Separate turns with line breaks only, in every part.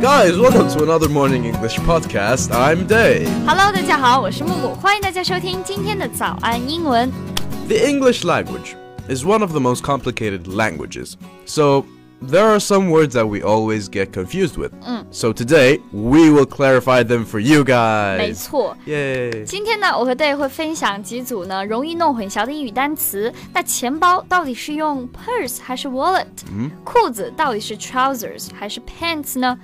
Guys, welcome to another morning English podcast. I'm Day.
Hello，大家好，我是木木，欢迎大家收听今天的早安英文。
The English language is one of the most complicated languages. So, there are some words that we always get confused with. So, today, we will clarify them for you
没
guys.
错，
Yay.
今天呢，我和 Day 会分享几组呢容易弄混淆的英语单词。那钱包到底是用 purse 还是 wallet？、裤子到底是 trousers 还是 pants 呢？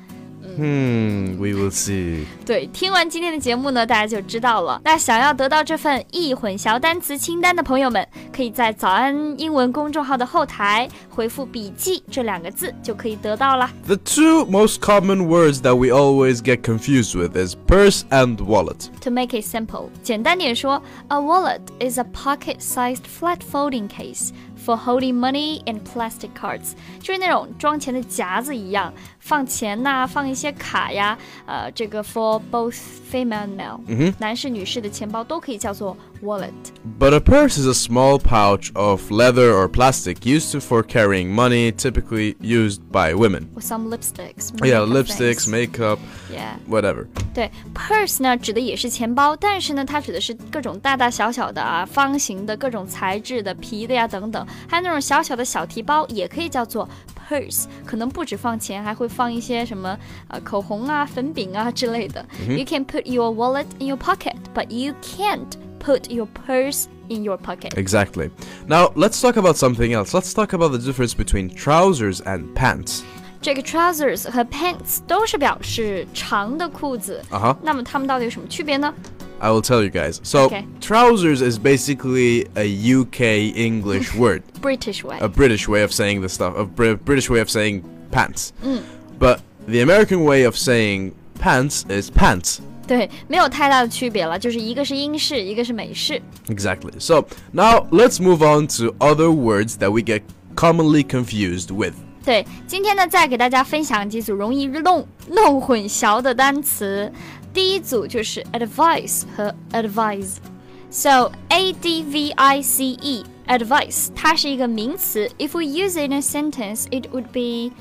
Hmm, we will see.
对，听完今天的节目呢，大家就知道了。那想要得到这份易混淆单词清单的朋友们，可以在“早安英文”公众号的后台回复“笔记”这两个字，就可以得到了。
The two most common words that we always get confused with is purse and wallet.
To make it simple，简单点说，a wallet is a pocket-sized flat folding case for holding money and plastic cards，就是那种装钱的夹子一样，放钱呐、放一些卡呀，呃，这个 for both female and male，、男士女士的钱包都可以叫做 wallet。
But a purse is a small pouch of leather or plastic used to- for carrying money, typically used by women.
with some lipsticks.
Yeah,
makeup
lipsticks,
things.
makeup,
Yeah，
whatever.
对，purse 呢指的也是钱包，但是呢，它指的是各种大大小小的啊，方形的、各种材质的、皮的呀等等，还有那种小小的小提包，也可以叫做 purse，可能不止放钱，还会放一些什么呃口红啊、粉饼啊之类的。You can put your wallet in your pocket, but you can't put your purse in your
哎
pocket.
Exactly. Now, let's talk about something else. Let's talk about the difference between trousers and pants.
这个 trousers 和 pants 都是表示长的裤子。
Uh huh.
那么它们到底有什么区别呢？
I will tell you guys. So,
Okay.
trousers is basically a UK English word,
British way.
a British way of saying the stuff, a Br- British way of saying pants.
Mm.
But the American way of saying pants is pants.
对，没有太大的区别了，就是一个是英式，一个是美式。
Exactly. So, now let's move on to other words that we get commonly confused with.
对，今天呢，再给大家分享几组容易弄弄混淆的单词。第一组就是 advice 和 advise，so a d v i c e advice，它是一个名词。If we use it in a sentence, it would be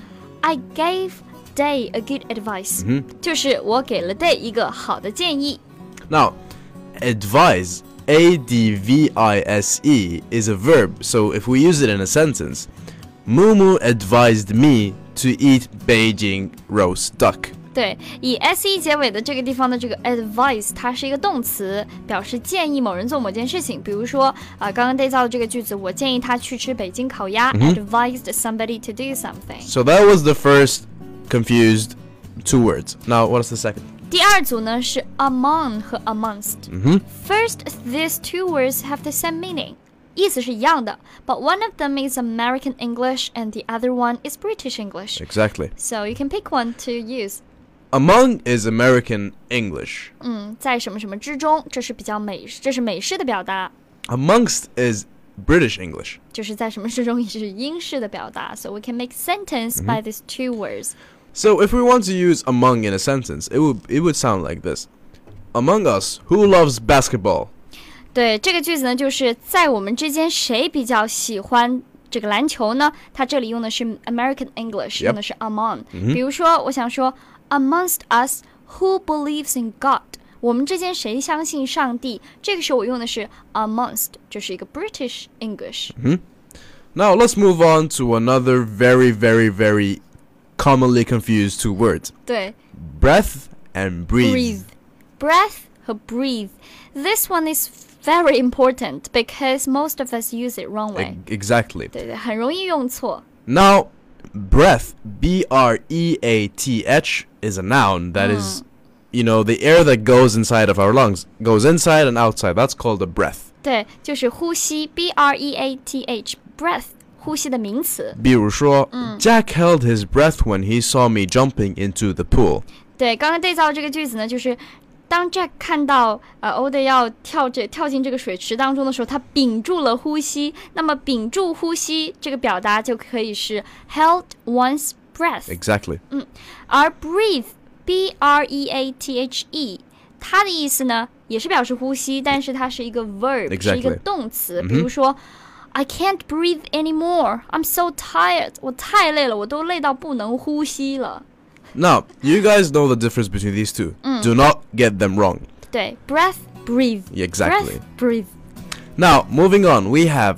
I gave Day a good advice，、就是我给了 Day 一个好的建议。
Now, advise, A D V I S E, is a verb, so if we use it in a sentence, Mumu advised me to eat Beijing roast duck.
对，以 s e 结尾的这个地方的这个 advice，它是一个动词，表示建议某人做某件事情。比如说，啊、刚刚对造的这个句子，我建议他去吃北京烤鸭、a d v i s e d somebody to do something。
So that was the first confused two words. Now, what is the second?
第二组呢是 among 和 amongst。First, these two words have the same meaning，意思是一样的，but one of them is American English and the other one is British English.
Exactly.
So you can pick one to use。
Among is American English.
嗯，在什么什么之中，这是比较美，这是美式的表达。
Amongst is British English.
就是在什么事中也是英式的表达，so we can make sentence by these two words。
So if we want to use among in a sentence, it would it would sound like this. Among us, who loves basketball?
对，这个句子呢，就是在我们之间谁比较喜欢这个篮球呢？它这里用的是 American English，、
Yep
用的是 among。比如说，我想说 amongst us who believes in God。我们之间谁相信上帝？这个时候我用的是 amongst，这是一个 British English。
Now let's move on to another very, very, very commonly confused two words:
对，
breath and breathe.
breathe. Breath 和 breathe. This one is very important because most of us use it wrong way.
E- exactly.
对对，很容易用错。
Now, breath, B R E A T H, is a noun that is, you know, the air that goes inside of our lungs goes inside and outside. That's called a breath.
对，就是呼吸，b r e a t h breath，呼吸的名词。
比如说, Jack held his breath when he saw me jumping into the pool.
对，刚刚对照这个句子呢，就是当 Jack 看到呃 o d 要跳这跳进这个水池当中的时候，他屏住了呼吸。那么屏住呼吸这个表达就可以是 held one's breath。
Exactly.
而 breathe b r e a t h e，它的意思呢也是表示呼吸，但是它是一个 verb，、是一个
Exactly.
动词。比如说、i can't breathe anymore. I'm so tired. 我太累了，我都累到不能呼吸了。
Now, you guys know the difference between these two. Do not get them wrong.
对，breath breathe。
Yeah, exactly.
Breath breathe。
Now, moving on, we have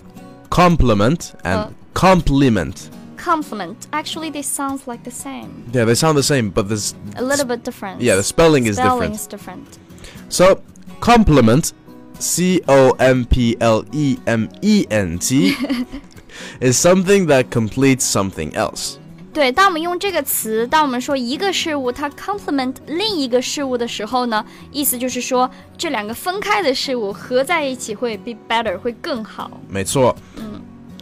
complement and
Uh.
compliment.
Compliment. Actually, they sound like the same.
Yeah, they sound the same, but this
A little bit different.
yeah, the spelling is
Spelling
different.
is different.
So, compliment, C O M P L E M E N T, is something that completes something else.
对，当我们用这个词，当我们说一个事物它 complement 另一个事物的时候呢，意思就是说这两个分开的事物合在一起会 be better，会更好。
没错。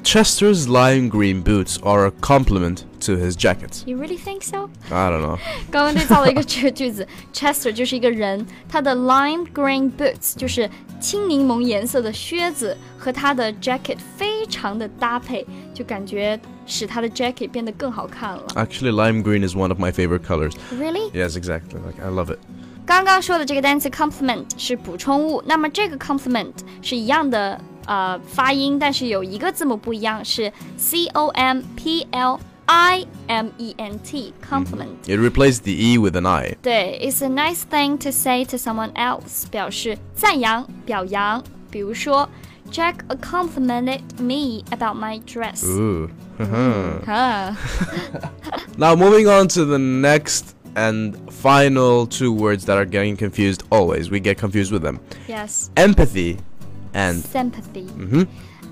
Chester's lime green boots are a compliment to his jacket.
You really think so？
I don't know.
刚刚对照了一个 这个句子，Chester 就是一个人，他的 lime green boots 就是青柠檬颜色的靴子，和他的 jacket 非常的搭配，就感觉使他的 jacket 变得更好看了。
Actually, lime green is one of my favorite colors.
Really？
Yes, exactly. Like I love it.
刚刚说的这个单词 complement 是补充物，那么这个 complement 是一样的呃发音，但是有一个字母不一样，是 c o m p l i m e n t complement。
It replaced the e with an i.
对，It's a nice thing to say to someone else，表示赞扬、表扬。比如说，Jack complimented me about my dress。
Ooh.
啊，
Now moving on to the next and final two words that are getting confused always. We get confused with them.
yes。
Empathy and
sympathy.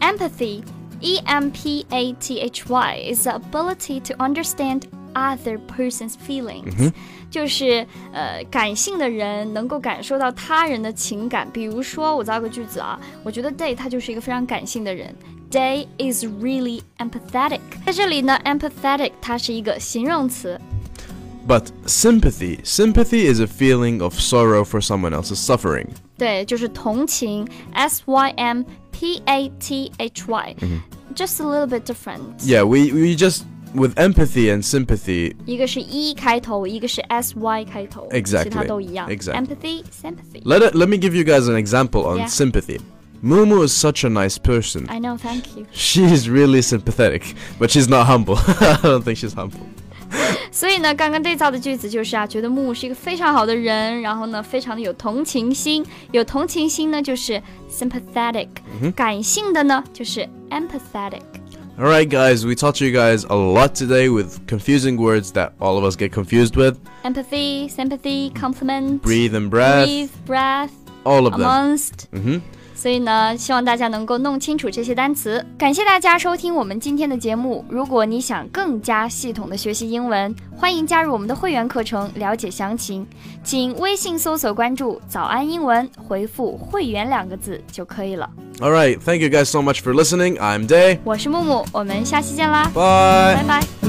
Empathy, E M P A T H Y, is the ability to understand other person's feelings. 就是呃，感性的人能够感受到他人的情感。比如说，我造个句子啊，我觉得 Day 他就是一个非常感性的人。Day is really empathetic。在这里呢，empathetic 它是一个形容词，
but sympathy. Sympathy is a feeling of sorrow for someone else's suffering.
对，就是同情，S Y M P A T H Y，just、a little bit different。
Yeah, we we just with empathy and sympathy
一个是 E 开头，一个是 S Y 开头
Exactly.
其他都一样。
Exactly.
Empathy, sympathy.
Let it, let me give you guys an example on
Yeah.
sympathy. Mumu is such a nice person.
I know, thank you.
She's really sympathetic, but she's not humble. I don't think she's humble.
所以呢，刚刚对照的句子就是啊，觉得木木是一个非常好的人，然后呢，非常的有同情心。有同情心呢，就是 sympathetic；、感
嗯
性的呢，就是 empathetic。
All right, guys, we taught you guys a lot today with confusing words that all of us get confused with.
Empathy, sympathy, compliment,
Breathe and breath,
breathe, breath,
all of them.
amongst。
hmm
所以呢，希望大家能够弄清楚这些单词。感谢大家收听我们今天的节目。如果你想更加系统的学习英文，欢迎加入我们的会员课程，了解详情，请微信搜索关注“早安英文”，回复“会员”两个字就可以了。
All right, thank you guys so much for listening. I'm Day.
我是木木，我们下期见啦，
Bye.
拜拜